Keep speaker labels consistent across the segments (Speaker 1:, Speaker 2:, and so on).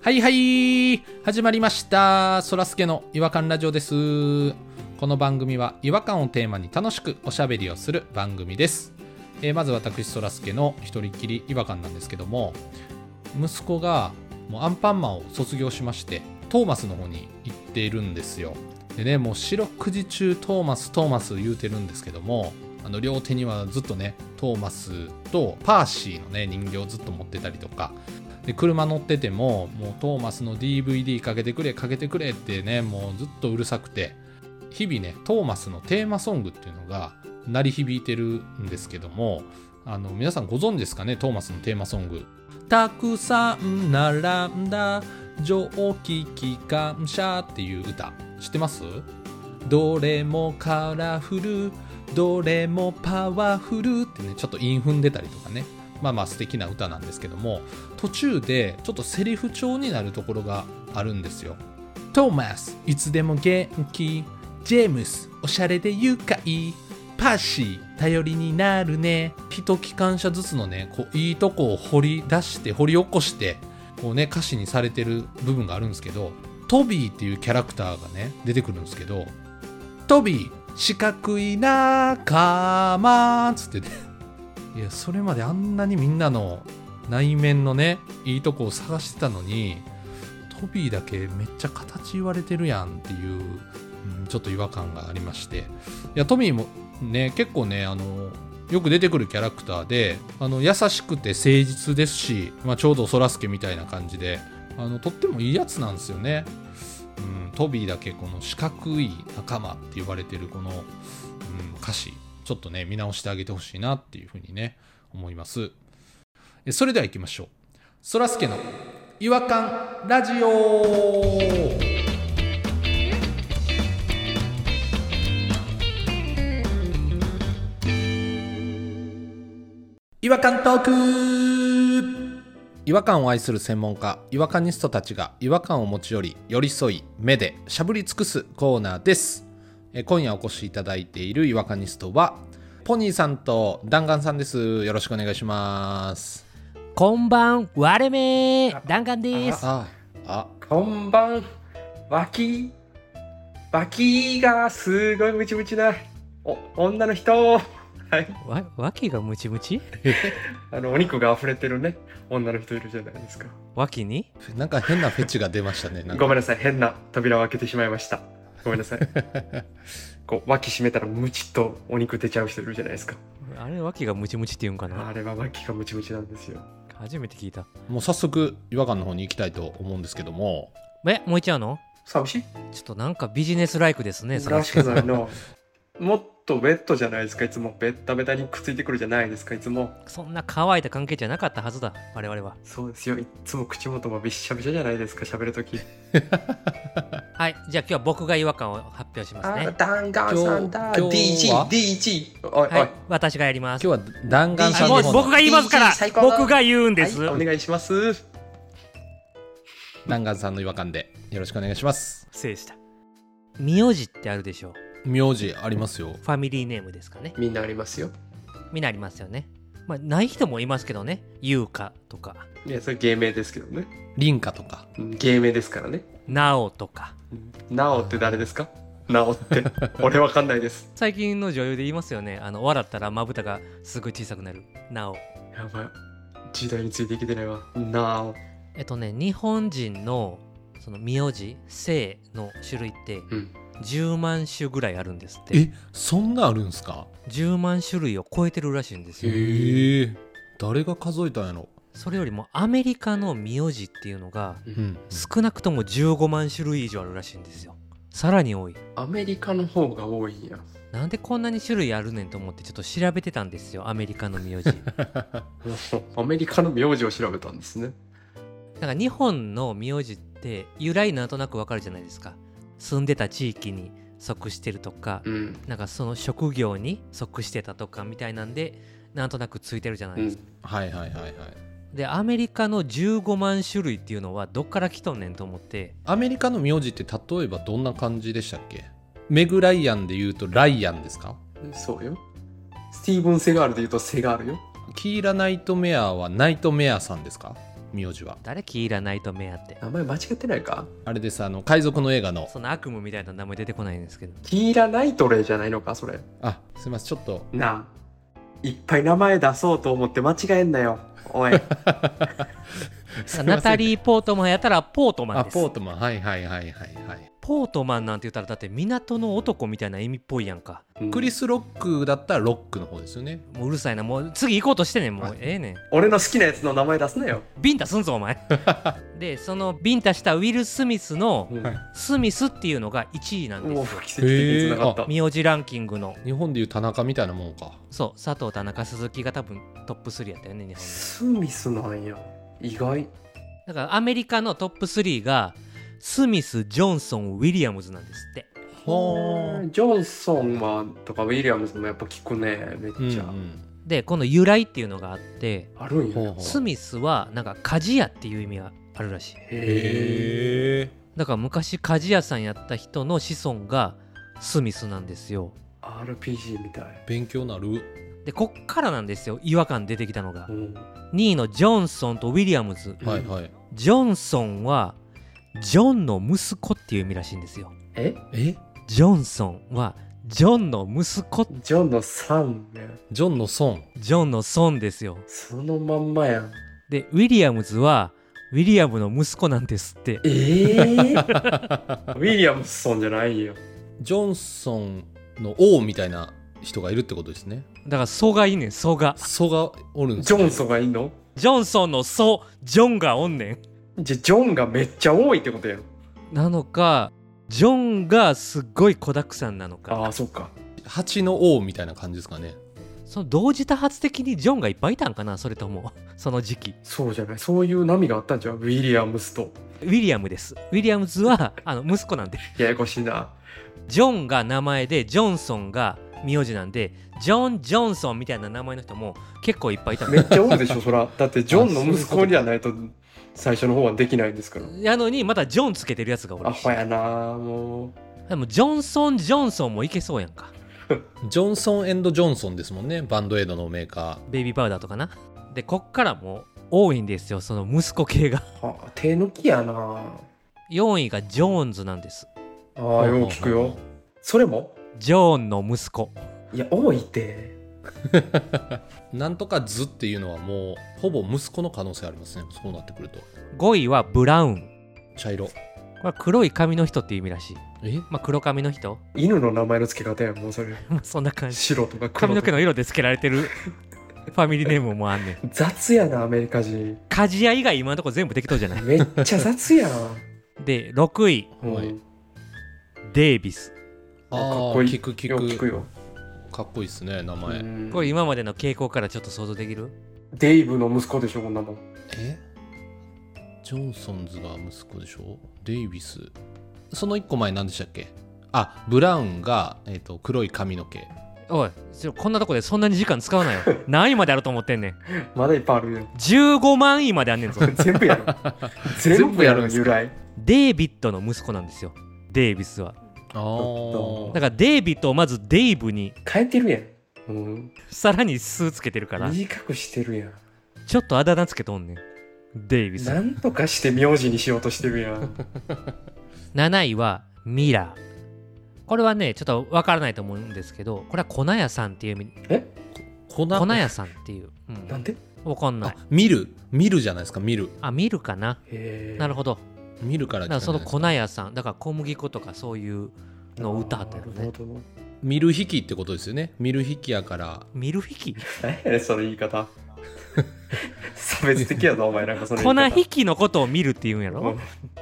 Speaker 1: はいはい始まりましたそらすけの違和感ラジオですこの番組は違和感をテーマに楽しくおしゃべりをする番組です、えーまず私そらすけの一人っきり違和感なんですけども息子がもうアンパンマンを卒業しましてトーマスの方に行っているんですよでねもう四六時中トーマストーマス言うてるんですけどもあの両手にはずっとねトーマスとパーシーのね人形をずっと持ってたりとかで車乗っててももうトーマスの DVD かけてくれかけてくれってねもうずっとうるさくて日々ねトーマスのテーマソングっていうのが鳴り響いてるんですけどもあの皆さんご存知ですかねトーマスのテーマソング「たくさん並んだ蒸気機関車」っていう歌知ってますどれもカラフルどれもパワフルってねちょっと韻踏んでたりとかねまあまあ素敵な歌なんですけども途中でちょっとセリフ調になるところがあるんですよトーマスいつでも元気ジェームスおしゃれで愉快パーシー頼りになるね一機関車ずつのねこういいとこを掘り出して掘り起こしてこうね歌詞にされてる部分があるんですけどトビーっていうキャラクターがね出てくるんですけどトビー四角い仲間つってねいやそれまであんなにみんなの内面のねいいとこを探してたのにトビーだけめっちゃ形言われてるやんっていう、うんちょっと違和感がありましていやトビーもね結構ねあのよく出てくるキャラクターであの優しくて誠実ですし、まあ、ちょうどそらすけみたいな感じであのとってもいいやつなんですよね、うん、トビーだけこの四角い仲間って言われてるこの、うん、歌詞ちょっとね見直してあげてほしいなっていうふうにね思いますえそれでは行きましょうそらすけの違和感ラジオ違和感トーク違和感を愛する専門家違和感ニストたちが違和感を持ち寄り寄り添い目でしゃぶり尽くすコーナーですえ今夜お越しいただいている違和感ニストはポニーさんと弾丸さんですよろしくお願いします
Speaker 2: こんばん、われめー、弾丸です。
Speaker 1: ああ
Speaker 3: こんばん、脇、脇がすごいムチムチだ。お、女の人。はい。
Speaker 2: わ、脇がムチムチ
Speaker 3: あの、お肉が溢れてるね、女の人いるじゃないですか。
Speaker 2: 脇に
Speaker 1: なんか変なフェチが出ましたね。なんか
Speaker 3: ごめんなさい、変な扉を開けてしまいました。ごめんなさ い。こう、脇閉めたらムチっとお肉出ちゃう人いるじゃないですか。
Speaker 2: あれ、脇がムチムチって言うんか
Speaker 3: あ
Speaker 2: な
Speaker 3: れは脇がムチムチなんですよ。
Speaker 2: 初めて聞いた。
Speaker 1: もう早速、違和感の方に行きたいと思うんですけども、
Speaker 2: え、もう一ゃうの
Speaker 3: 寂しい
Speaker 2: ちょっとなんかビジネスライクですね、それ
Speaker 3: ら。しくないの。 もっとベッドじゃないですか、いつも。ベッタベタにくっついてくるじゃないですか、いつも。
Speaker 2: そんな乾いた関係じゃなかったはずだ、我々は。
Speaker 3: そうですよ。いつも口元もびっしゃびしゃじゃないですか、喋るとき。
Speaker 2: はい、じゃあ今日は僕が違和感を発表しますね。
Speaker 3: 弾丸
Speaker 1: さんだ今日は
Speaker 3: DG、DG。おい、
Speaker 2: はい、私がやりま
Speaker 1: 今
Speaker 2: す
Speaker 1: 日。は弾丸さんの
Speaker 2: もう僕
Speaker 1: 方の
Speaker 2: が言いますから
Speaker 3: DJ 最、高だ
Speaker 2: 僕が言うんです。
Speaker 3: はいお願いします。
Speaker 1: 弾丸さんの違和感でよろしくお願いします。
Speaker 2: 失礼した。名字ってあるでしょう。
Speaker 1: 名字ありますよ。
Speaker 2: ファミリーネームですかね。
Speaker 3: みんなありますよ。
Speaker 2: みんなありますよね。まあ、ない人もいますけどね。ゆうかとか、
Speaker 3: いや、それ芸名ですけどね。
Speaker 1: 凛花とか。
Speaker 3: うん芸名ですからね。
Speaker 2: なおとか。
Speaker 3: なおって誰ですかなおって。俺わかんないです。
Speaker 2: 最近の女優で言いますよねあの笑ったらまぶたがすぐ小さくなるなお
Speaker 3: やばい。時代についていけてないわ。なお。
Speaker 2: えっとね日本人のその名字姓の種類って
Speaker 3: うん。
Speaker 2: 10万種ぐらいあるんですって
Speaker 1: え、そんなあるんすか
Speaker 2: 10万種類を超えてるらしいんです
Speaker 1: へ
Speaker 2: よ
Speaker 1: え誰が数えたんやろ
Speaker 2: それよりもアメリカの名字っていうのが
Speaker 1: うん。
Speaker 2: 少なくとも15万種類以上あるらしいんですよさらに多い
Speaker 3: アメリカの方が多いんや。
Speaker 2: なんでこんなに種類あるねんと思ってちょっと調べてたんですよアメリカの名字だか
Speaker 3: アメリカの名字を調べたんですね。
Speaker 2: ら日本の名字って由来なんとなくわかるじゃないですか住んでた地域に即してるとか
Speaker 3: うん。
Speaker 2: なんかその職業に即してたとかみたいなんでなんとなくついてるじゃないうです
Speaker 3: ん
Speaker 2: か、。
Speaker 1: はいはいはいはい。
Speaker 2: でアメリカの15万種類っていうのはどっから来とんねんと思って
Speaker 1: アメリカの名字って例えばどんな感じでしたっけメグ・ライアンで言うとライアンですか
Speaker 3: そうよ。スティーブン・セガールで言うとセガールよ。
Speaker 1: キーラ・ナイトメアはナイトメアさんですか名字は
Speaker 2: 誰キーラナイトメアって
Speaker 3: 名前間違ってないか
Speaker 1: あれですあの海賊の映画の
Speaker 2: その悪夢みたいな名前出てこない んですけど
Speaker 3: キーラナイトレイじゃないのかそれ
Speaker 1: あすいませんちょっと
Speaker 3: なあいっぱい名前出そうと思って間違えんなよ おい
Speaker 1: すいません
Speaker 2: ナタリー・ポートマンやったらポートマン
Speaker 1: あ
Speaker 2: です
Speaker 1: ポートマンはいはいはいはいはい
Speaker 2: ポートマンなんて言ったらだって港の男みたいな意味っぽいやんか
Speaker 1: クリ
Speaker 3: ス
Speaker 1: ス・ロックだったらロックの方ですよね
Speaker 2: もううるさいなもう次行こうとしてんねんも
Speaker 1: は
Speaker 2: う
Speaker 1: い
Speaker 2: ええねん
Speaker 3: 俺の好きなやつの名前出すなよ、
Speaker 2: ビンタすんぞお前でそのビンタしたウィル・スミスの
Speaker 3: うん
Speaker 1: はい
Speaker 2: スミスっていうのが1位なんで
Speaker 3: もう
Speaker 2: すよ
Speaker 3: 奇跡的に繋がった、
Speaker 2: 名字ランキングの
Speaker 1: 日本でいう田中みたいなもんか
Speaker 2: そう佐藤田中鈴木が多分トップ3やったよね日本で
Speaker 3: スミスなんや意外
Speaker 2: だからアメリカのトップ3がスミスジョンソンウィリアムズなんですって
Speaker 1: ほー
Speaker 3: ジョンソンはとかウィリアムズもやっぱ聞くねめ
Speaker 1: うん
Speaker 3: っちゃ、
Speaker 1: うん
Speaker 2: でこの由来っていうのがあって
Speaker 3: あるんや
Speaker 1: ほうほう
Speaker 2: スミスはなんか鍛冶屋っていう意味があるらしい
Speaker 3: へえ
Speaker 1: へえ
Speaker 2: だから昔鍛冶屋さんやった人の子孫がスミスなんですよ
Speaker 3: RPG みたい、
Speaker 1: 勉強なる
Speaker 2: でこっからなんですよ違和感出てきたのが
Speaker 3: うん
Speaker 2: 2位のジョンソンとウィリアムズ
Speaker 1: はいはい
Speaker 2: ジョンソンはジョンの息子っていう意味らしいんですよ
Speaker 3: え
Speaker 1: え
Speaker 2: ジョンソンはジョンの息子
Speaker 3: ジョンのサンね
Speaker 1: ジョンのソン
Speaker 2: ジョンのソンですよ
Speaker 3: そのまんまやん
Speaker 2: でウィリアムズはウィリアムの息子なんですって
Speaker 3: ええ ウィリアムソンじゃないよ
Speaker 1: ジョンソンの王みたいな人がいるってことですね
Speaker 2: だからソがいいねんソが
Speaker 1: ソがおるんです
Speaker 3: ジ
Speaker 1: か
Speaker 3: ョンソンがいいの
Speaker 2: ジョンソンのソジョンがおんねん
Speaker 3: じゃジョンがめっちゃ多いってことやん
Speaker 2: なのかジョンがすっごい子だくさんなの
Speaker 3: あ
Speaker 2: か
Speaker 3: あそっか
Speaker 1: 蜂の王みたいな感じですかね
Speaker 2: その同時多発的にジョンがいっぱいいたんかなそれともその時期
Speaker 3: そうじゃないそういう波があったんじゃんウィリアムスと
Speaker 2: ウィリアムですウィリアムズはあの息子なんで
Speaker 3: ややこしいな
Speaker 2: ジョンが名前でジョンソンが名字なんでジョン・ジョンソンみたいな名前の人も結構いっぱいいたん
Speaker 3: め
Speaker 2: で
Speaker 3: っちゃおるで しょそらだってジョンの息子にはないと最初の方はできないんですから
Speaker 2: やのにまたジョンつけてるやつがお
Speaker 3: ア
Speaker 2: るし
Speaker 3: ホやなもう
Speaker 2: でもジョンソン・ジョンソンもいけそうやんか
Speaker 1: ジョンソンジョンソンですもんねバンドエイドのメーカ
Speaker 2: ベイビーパウダーとかなでこっからも多いんですよその息子系が
Speaker 3: はあ手抜きやな
Speaker 2: 4位がジョーンズなんです
Speaker 3: あ
Speaker 1: ー
Speaker 3: あよう聞くよそれも
Speaker 2: ジョーンの息子
Speaker 3: いや多いって
Speaker 1: なんとかズっていうのはもうほぼ息子の可能性ありますねそうなってくると
Speaker 2: 5位はブラウン
Speaker 1: 茶色
Speaker 2: これは黒い髪の人っていう意味らしい、
Speaker 1: え
Speaker 2: まあ、黒髪の人
Speaker 3: 犬の名前の付け方やんもうそれ
Speaker 2: まあそんな感じ
Speaker 3: 白とか
Speaker 2: 髪の
Speaker 3: 黒と
Speaker 2: 毛
Speaker 3: か
Speaker 2: の色で付けられてるファミリーネームもあんねん
Speaker 3: 雑やなアメリカ人
Speaker 2: 鍛冶屋以外今のとこ全部適当じゃない
Speaker 3: めっちゃ雑 やん
Speaker 2: で6位
Speaker 3: うん
Speaker 1: はい
Speaker 2: デイビス
Speaker 1: あ
Speaker 3: か
Speaker 1: ー
Speaker 3: っこいい
Speaker 1: 聞く聞
Speaker 3: よう
Speaker 1: く
Speaker 3: 聞くよ
Speaker 1: かっこいいですね名前、
Speaker 3: うん
Speaker 2: これ今までの傾向からちょっと想像できる
Speaker 3: デイブの息子でしょこんなもん
Speaker 1: えジョンソンズが息子でしょデイビスその1個前何でしたっけあブラウンが、えー、と黒い髪の毛
Speaker 2: おいちょこんなとこでそんなに時間使わないよ 何位まであると思ってんねん
Speaker 3: まだいっぱいあるやん
Speaker 2: 15万位まであんね んぞ
Speaker 3: 全部や ろ全部やろ由来
Speaker 2: デイビッドの息子なんですよデイビスは
Speaker 1: あ
Speaker 3: ー
Speaker 2: だからデイビッドをまずデイブに
Speaker 3: 変えてるやん、うん、
Speaker 2: さらに数つけてるから
Speaker 3: 短くしてるやん
Speaker 2: ちょっとあだ名つけとんねんデイビス
Speaker 3: なんとかして名字にしようとしてるやん
Speaker 2: 7位はミラーこれはねちょっとわからないと思うんですけどこれは粉屋さんっていう意味
Speaker 3: え
Speaker 1: 粉
Speaker 2: 粉屋さんっていう、う
Speaker 3: なん
Speaker 2: ん、
Speaker 3: で
Speaker 2: わかんな
Speaker 1: あ
Speaker 2: い
Speaker 1: 見る見るじゃないですか見る
Speaker 2: あ見るかな
Speaker 3: へー
Speaker 2: なるほど
Speaker 1: 見るから来
Speaker 2: だか
Speaker 1: たんじゃな
Speaker 2: らその
Speaker 1: いです
Speaker 2: 粉屋さんだから小麦粉とかそういうのを歌ったよ
Speaker 3: なる
Speaker 2: ね
Speaker 3: ほど
Speaker 1: 見る引きってことですよね見る引きやから
Speaker 2: ミルフィキ
Speaker 3: 何やねんその言い方 差別的やぞお前なんか その
Speaker 2: 粉
Speaker 3: 言い
Speaker 2: 引きのことを見るって言うんや
Speaker 3: 方
Speaker 2: ろ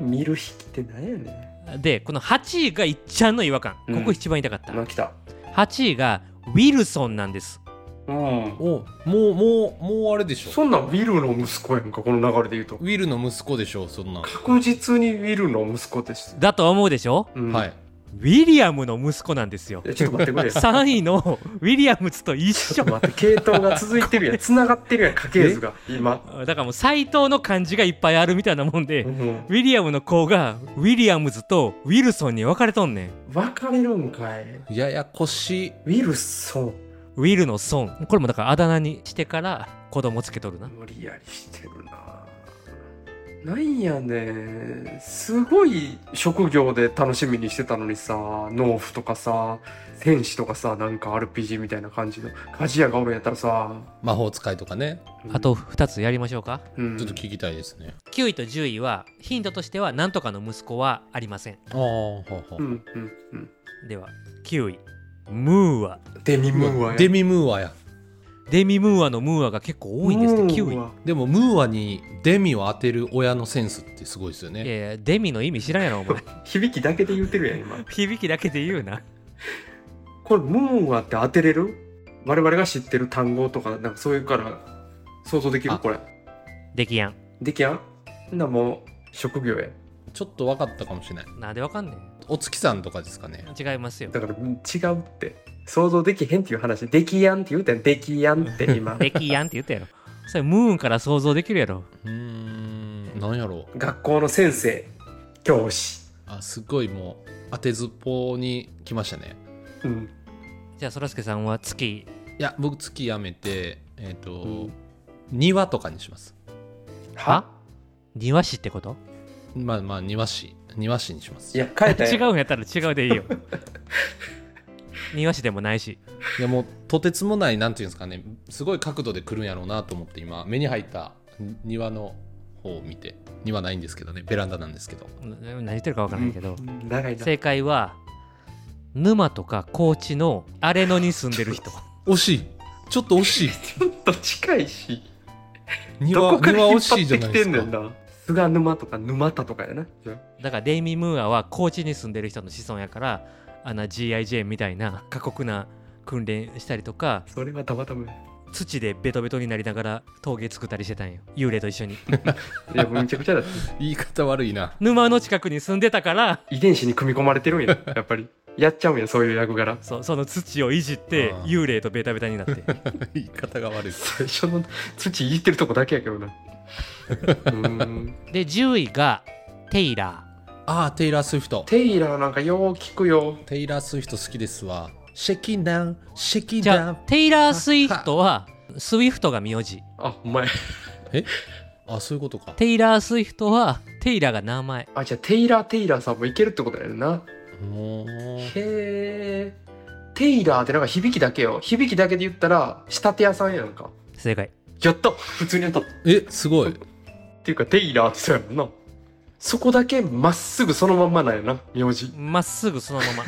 Speaker 3: うん見る引きって何やね
Speaker 2: でこの8位がいっちゃんの違和感
Speaker 3: うん
Speaker 2: ここ一番痛かった、
Speaker 3: んまあ来た
Speaker 2: 8位がウィルソンなんです
Speaker 3: うん
Speaker 1: おもうもうもうあれでしょ
Speaker 3: そんなんウィルの息子やんかこの流れで言うと
Speaker 1: ウィルの息子でしょそんなん、
Speaker 3: 確実にウィルの息子です、
Speaker 2: だと思うでしょ
Speaker 3: うん
Speaker 1: はい
Speaker 2: ウィリアムの息子なんですよ
Speaker 3: えちょっと待ってくれよ
Speaker 2: 3位のウィリアムズと一
Speaker 3: ちょ
Speaker 2: 緒
Speaker 3: っと待って、系統が続いてるやん。 繋がってるやん、家系図が。今。
Speaker 2: だからもう斎藤の漢字がいっぱいあるみたいなもんで、
Speaker 3: う
Speaker 2: ウ
Speaker 3: ん、
Speaker 2: ィリアムの子がウィリアムズとウィルソンに分かれとんねん
Speaker 3: 分かれるんかい。
Speaker 1: ややこしい
Speaker 3: ウィルソン、
Speaker 2: ウィルのソンこれもだからあだ名にしてから子供つけとるな
Speaker 3: 無理やりしてるな。なんやねすごい職業で楽しみにしてたのにさ農夫とかさ戦士とかさなんか RPG みたいな感じの鍛冶屋がおるんやったらさ、
Speaker 1: 魔法使いとかね、
Speaker 3: うん
Speaker 2: あと、2つやりましょうか
Speaker 3: うん、
Speaker 1: ちょっと聞きたいですね。
Speaker 2: 9位と10位はヒントとしては何とかの息子はありません
Speaker 1: ああ、はあはあ
Speaker 3: うんうんうん
Speaker 2: では9位ムーア
Speaker 3: デミムーアや
Speaker 1: デミムーアや。
Speaker 2: デミムーアのムーアが結構多いんですね
Speaker 3: ムー
Speaker 2: 9位
Speaker 3: ア
Speaker 1: でもムーアにデミを当てる親のセンスってすごいですよ
Speaker 2: い
Speaker 1: ね。
Speaker 2: やいやデミの意味知らんやろお前
Speaker 3: 響きだけで言ってるやん今
Speaker 2: 響きだけで言うな
Speaker 3: これムーアって当てれる我々が知ってる単語とかなんかそういうから想像でき
Speaker 1: あ
Speaker 3: るこれ
Speaker 2: できやん
Speaker 3: できやんほんならもう職業や
Speaker 1: ちょっと分かったかもしれない。
Speaker 2: なんでわかんね
Speaker 1: お月さんとかですかね。
Speaker 2: ん違いますよ
Speaker 3: だからうん違うって想像できへんっていう話できやんって言うてんできや んって今
Speaker 2: できやんって言ったやろそれムーンから想像できるやろ
Speaker 1: うーん、なんやろう。
Speaker 3: 学校の先生教師
Speaker 1: あ、すごいもう当てずっぽうに来ましたね。
Speaker 3: うん
Speaker 2: じゃあそらすけさんは月
Speaker 1: いや、僕月やめて、えっ、と、
Speaker 3: うん
Speaker 1: 庭とかにします。
Speaker 2: は庭師ってこと
Speaker 1: まあまあ庭師、庭師にします。
Speaker 3: いや変えた
Speaker 2: 違
Speaker 3: やん
Speaker 2: うんやったら違うでいいよ庭師でもないし
Speaker 1: いやもうとてつもないなんていうんですかねすごい角度で来るんやろうなと思って今目に入った庭の方を見て庭ないんですけどねベランダなんですけど
Speaker 2: 何言ってるかわからないけど、
Speaker 3: うん長いな
Speaker 2: 正解は沼とか高知の荒れ野に住んでる 人
Speaker 1: 惜しいちょっと惜しい
Speaker 3: ちょっと近いし ど
Speaker 1: 庭
Speaker 3: こから
Speaker 1: 庭
Speaker 3: 引っ
Speaker 1: 惜し
Speaker 3: 張
Speaker 1: い
Speaker 3: っ
Speaker 1: じゃ
Speaker 3: て
Speaker 1: ない
Speaker 3: き
Speaker 1: で
Speaker 3: て
Speaker 1: す
Speaker 3: ん
Speaker 1: か
Speaker 3: ねんな菅沼とか沼田とかやなじゃあ
Speaker 2: だからデイミー・ムーアは高知に住んでる人の子孫やからあの GIJ みたいな過酷な訓練したりとか
Speaker 3: それはたまたまや
Speaker 2: 土でベトベトになりながら峠作ったりしてたんよ幽霊と一緒に
Speaker 3: いやもうめちゃくちゃだって
Speaker 1: 言い方悪いな
Speaker 2: 沼の近くに住んでたから
Speaker 3: 遺伝子に組み込まれてるんや やっぱりやっちゃうんやそういう役柄
Speaker 2: そうその土をいじって
Speaker 1: あー
Speaker 2: 幽霊とベタベタになって
Speaker 1: 言い方が悪いです
Speaker 3: 最初の土いじってるとこだけやけどなうーん
Speaker 2: で10位がテイラ
Speaker 1: ああテイラー・スウィフト
Speaker 3: テイラーなんかよう聞くよ
Speaker 1: テイラー・スウィフト好きですわシェキダンシェキ
Speaker 2: ーじゃ
Speaker 1: ダ
Speaker 2: あ
Speaker 1: ン
Speaker 2: テイラー・スウィフトは スウィフトが名字
Speaker 3: あお前
Speaker 1: あそういうことか
Speaker 2: テイラー・スウィフトはテイラーが名前
Speaker 3: あじゃあテイラーテイラーさんもいけるってことやねんな
Speaker 1: もう
Speaker 3: へえテイラーってなんか響きだけよ響きだけで言ったら仕立て屋さんやんか
Speaker 2: 正解
Speaker 3: やった普通に当たったっ
Speaker 1: えすごい
Speaker 3: ていうかテイラーってそうやもんなそこだけまっすぐそのまんまなんやな名字
Speaker 2: まっすぐそのま ま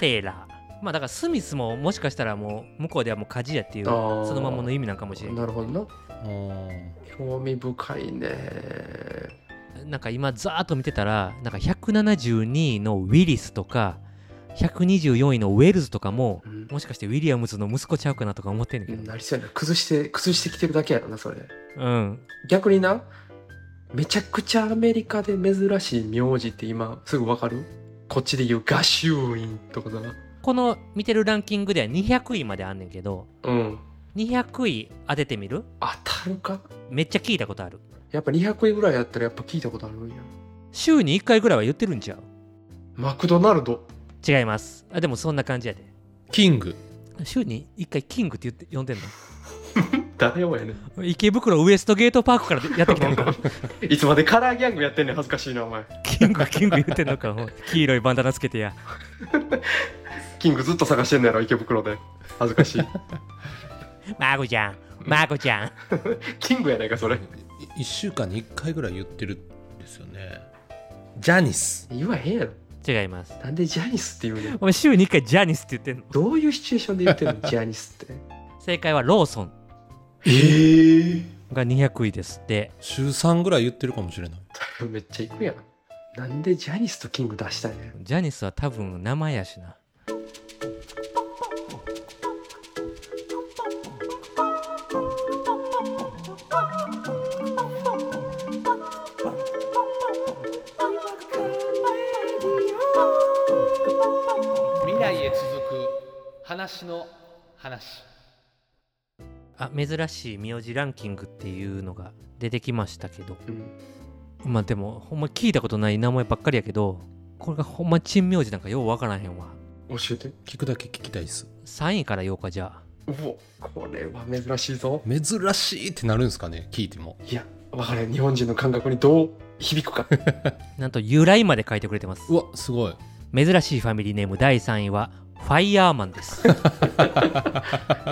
Speaker 2: テイラーまあだからスミスももしかしたらもう向こうではもう鍛冶屋っていう
Speaker 3: あー
Speaker 2: そのままの意味なんかもしれな
Speaker 3: なるほどな
Speaker 1: うん
Speaker 3: 興味深いね
Speaker 2: いなんか今ざーっと見てたらなんか172位のウィリスとか124位のウェルズとかも
Speaker 3: うん
Speaker 2: もしかしてウィリアムズの息子ちゃうかなとか思ってんねんけど
Speaker 3: なりそうやな崩して崩してきてるだけやろなそれ
Speaker 2: うん
Speaker 3: 逆になめちゃくちゃアメリカで珍しい名字って今すぐわかるこっちで言うガシュウインとかだな
Speaker 2: この見てるランキングでは200位まであんねんけど
Speaker 3: うん
Speaker 2: 200位当ててみる
Speaker 3: 当たるか
Speaker 2: めっちゃ聞いたことある
Speaker 3: やっぱ200円ぐらいやったらやっぱ聞いたことあるんや
Speaker 2: 週に1回ぐらいは言ってるんちゃう
Speaker 3: マクドナルド
Speaker 2: 違いますあでもそんな感じやで
Speaker 1: キング
Speaker 2: 週に1回キングって言って呼んでんの
Speaker 3: 誰もやねん
Speaker 2: 池袋ウエストゲートパークからやってきたのか
Speaker 3: いつまでカラーギャングやってんねん恥ずかしいなお前
Speaker 2: キングキング言ってんのかもう黄色いバンダナつけてや
Speaker 3: キングずっと探してんのやろ池袋で恥ずかし い
Speaker 2: マーコちゃんマーコちゃん
Speaker 3: キングやないかそれ
Speaker 1: 1週間に1回ぐらい言ってるんですよねジャニス
Speaker 3: 言わへんやろ
Speaker 2: 違います
Speaker 3: なんでジャニスって言うねん
Speaker 2: お前週に1回ジャニスって言ってんの
Speaker 3: どういうシチュエーションで言ってんのジャニスって
Speaker 2: 正解はローソン
Speaker 3: ええ
Speaker 2: が200位ですって
Speaker 1: 週3ぐらい言ってるかもしれない
Speaker 3: めっちゃ行くやんなんでジャニスとキング出したんや
Speaker 2: ジャニスは多分名前やしな
Speaker 1: 未来へ続く話の話
Speaker 2: あ珍しい名字ランキングっていうのが出てきましたけど
Speaker 3: うん
Speaker 2: まあでもほんま聞いたことない名前ばっかりやけどこれがほんま珍名字なんかようわからへんわ
Speaker 3: 教えて
Speaker 1: 聞くだけ聞きたいです
Speaker 2: 3位から8日じゃあ
Speaker 3: うおこれは珍しいぞ
Speaker 1: 珍しいってなるんですかね聞いても
Speaker 3: いや分からへん日本人の感覚にどう響 くか
Speaker 2: なんと由来まで書いてくれてます
Speaker 1: うわすごい
Speaker 2: 珍しいファミリーネーム第3位はファイヤーマンです フ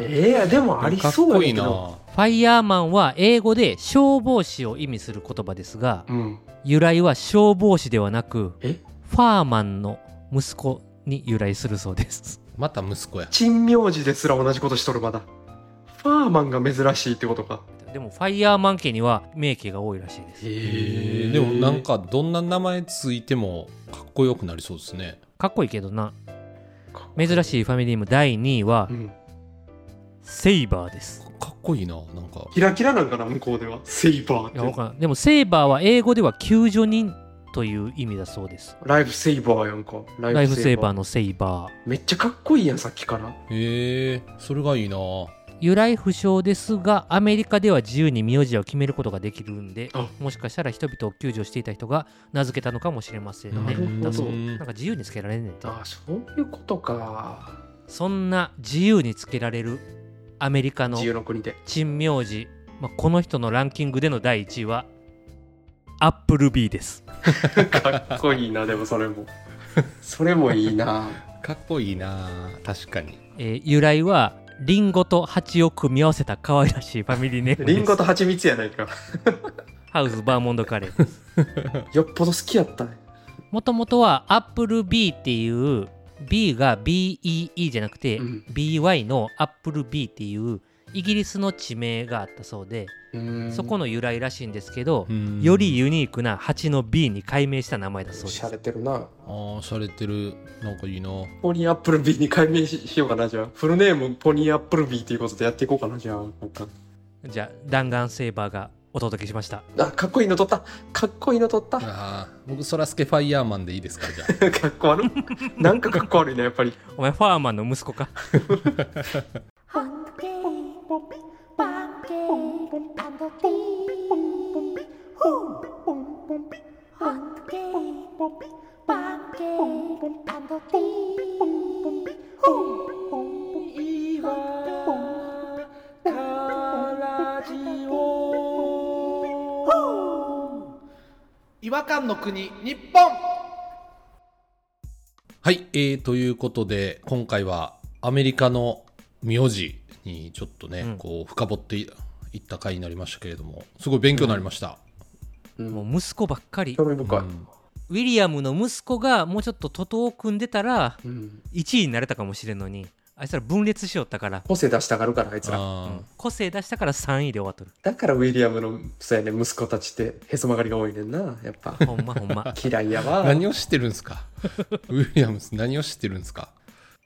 Speaker 3: ええやでもありそう
Speaker 1: かっ
Speaker 3: や
Speaker 1: こ
Speaker 3: ね
Speaker 1: い
Speaker 3: ん
Speaker 1: い
Speaker 3: け
Speaker 1: な
Speaker 3: ど
Speaker 2: ァイヤーマンは英語で消防士を意味する言葉ですが
Speaker 3: うん
Speaker 2: 由来は消防士ではなく
Speaker 3: え
Speaker 2: ファーマンの息子に由来するそうです
Speaker 1: また息子や
Speaker 3: 珍名字ですら同じことしとるまだファーマンが珍しいってことか
Speaker 2: でもファイヤーマン家には名家が多いらしいです
Speaker 1: へえでもなんかどんな名前ついてもかっこよくなりそうですね
Speaker 2: かっこいいけどな
Speaker 3: かっこ
Speaker 2: 珍しいファミリーネーム第2位は
Speaker 3: うん
Speaker 2: セイバーです
Speaker 1: かかっこいいななんか
Speaker 3: キラキラなんかな向こうではセイバーっ
Speaker 2: い
Speaker 3: て
Speaker 2: やわからんでもセイバーは英語では救助人という意味だそうです
Speaker 3: ライフセイバーやんか
Speaker 2: ライフセーバー
Speaker 3: ー
Speaker 2: のセイバ
Speaker 3: めっちゃかっこいいやんさっきから
Speaker 1: へえそれがいいな
Speaker 2: ー由来不詳ですがアメリカでは自由に名字を決めることができるんで
Speaker 3: あ
Speaker 2: もしかしたら人々を救助していた人が名付けたのかもしれません
Speaker 3: な
Speaker 2: ね
Speaker 3: るほど
Speaker 2: だそうなんか自由につけられんねんて
Speaker 3: ああそういうことか
Speaker 2: そんな自由につけられるアメリカの
Speaker 3: 自由の国で
Speaker 2: 珍名字、まあ、この人のランキングでの第1位はアップルビーです
Speaker 3: かっこいいなでもそれもそれもいいな
Speaker 1: かっこいいな確かに
Speaker 2: えー由来はリンゴと蜂を組み合わせた可愛らしいファミリーネームです
Speaker 3: リンゴと蜂蜜やないか
Speaker 2: ハウスバーモンドカレーです
Speaker 3: よっぽど好きやったね
Speaker 2: もともとはアップルビーっていう B が BEE じゃなくて、
Speaker 3: うん
Speaker 2: BY のアップルビーっていうイギリスの地名があったそうで、
Speaker 3: うーん
Speaker 2: そこの由来らしいんですけど、
Speaker 1: うん
Speaker 2: よりユニークな蜂の B に改名した名前だそうで
Speaker 3: し
Speaker 2: す
Speaker 3: ゃれてるな
Speaker 1: あーしゃれてるなんかいいな
Speaker 3: ポニーアップルビーに改名ししようかなじゃあフルネームポニーアップルビーっていうことでやっていこうかなじゃあなんか
Speaker 2: じゃあ弾丸セーバーがお届けしました
Speaker 3: あかっこいいの撮ったかっこいいの撮ったか
Speaker 1: あー僕そらすけファイヤーマンでいいですかじゃあ
Speaker 3: っこ悪いなんかかっこ悪いなやっぱり
Speaker 2: お前ファーマンの息子か
Speaker 4: Home.
Speaker 5: 違和感の国日本
Speaker 1: はいえー、ということで今回はアメリカの名字にちょっとね、
Speaker 2: うん
Speaker 1: こう深掘っていった回になりましたけれどもすごい勉強になりました、
Speaker 2: もう息子ばっかり
Speaker 3: 興味深い、
Speaker 1: うん
Speaker 2: ウィリアムの息子がもうちょっと徒党を組んでたら
Speaker 3: うん、
Speaker 2: 1位になれたかもしれんのにあいつら分裂しよったから、
Speaker 3: 個性出したがるからあいつら
Speaker 2: う
Speaker 1: あ
Speaker 2: ん個性出したから3位で終わっとる
Speaker 3: だからウィリアムのそうやね息子たちってへそ曲がりが多いねんなやっ ぱ
Speaker 2: ほんまほんま
Speaker 3: 嫌いや
Speaker 1: ー
Speaker 3: わ
Speaker 1: 何を知ってるんですか ウィリアムス何を知ってるんですか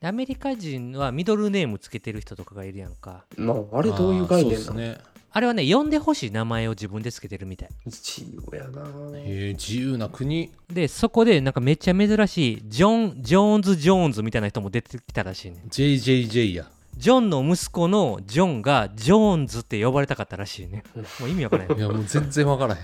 Speaker 2: アメリカ人はミドルネームつけてる人とかがいるやんか
Speaker 3: まああ
Speaker 1: あ
Speaker 3: れどういう概念
Speaker 1: ー
Speaker 3: な
Speaker 1: そう
Speaker 3: の、
Speaker 1: ですね
Speaker 2: あれはね呼んでほしい名前を自分でつけてるみたい
Speaker 3: 自由やな
Speaker 1: へー自由な国
Speaker 2: でそこでなんかめっちゃ珍しいジョン・ジョーンズ・ジョーンズみたいな人も出てきたらしいねん
Speaker 1: JJJ や
Speaker 2: ジョンの息子のジョンがジョーンズって呼ばれたかったらしいね。もう意味わからんよ
Speaker 1: いやもう全然わからへん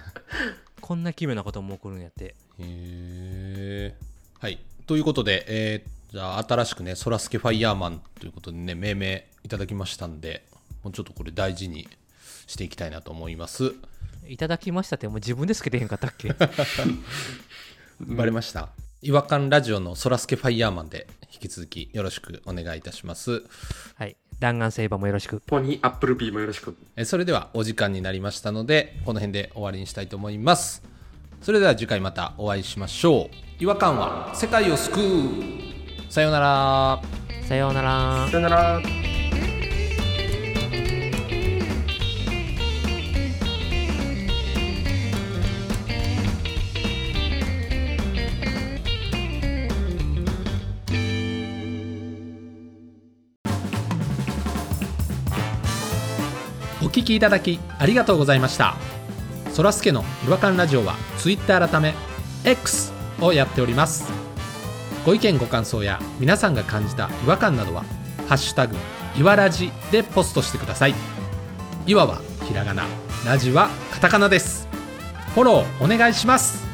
Speaker 2: こんな奇妙なことも起こるんやって。
Speaker 1: へえ。はい。ということで、えーじゃあ新しくね、ソラスケファイヤーマンということでね、命名いただきましたんで、もうちょっとこれ大事にしていきたいなと思います。
Speaker 2: いただきましたってもう自分でつけてへんかったっけ
Speaker 1: バレました。違和感ラジオのソラスケファイヤーマンで引き続きよろしくお願いいたします。
Speaker 2: はい。弾丸セイバーもよろしく。
Speaker 3: ポニーアップルビーもよろしく
Speaker 1: えーそれではお時間になりましたので、この辺で終わりにしたいと思います。それでは次回またお会いしましょう。違和感は世界を救う。さようなら。
Speaker 2: さようなら。
Speaker 3: さよなら
Speaker 1: お聞きいただきありがとうございましたそらすけの違和感ラジオは Twitter 改め X をやっておりますご意見ご感想や皆さんが感じた違和感などは「ハッシュタグいわらじ」でポストしてくださいいわはひらがなラジはカタカナですフォローお願いします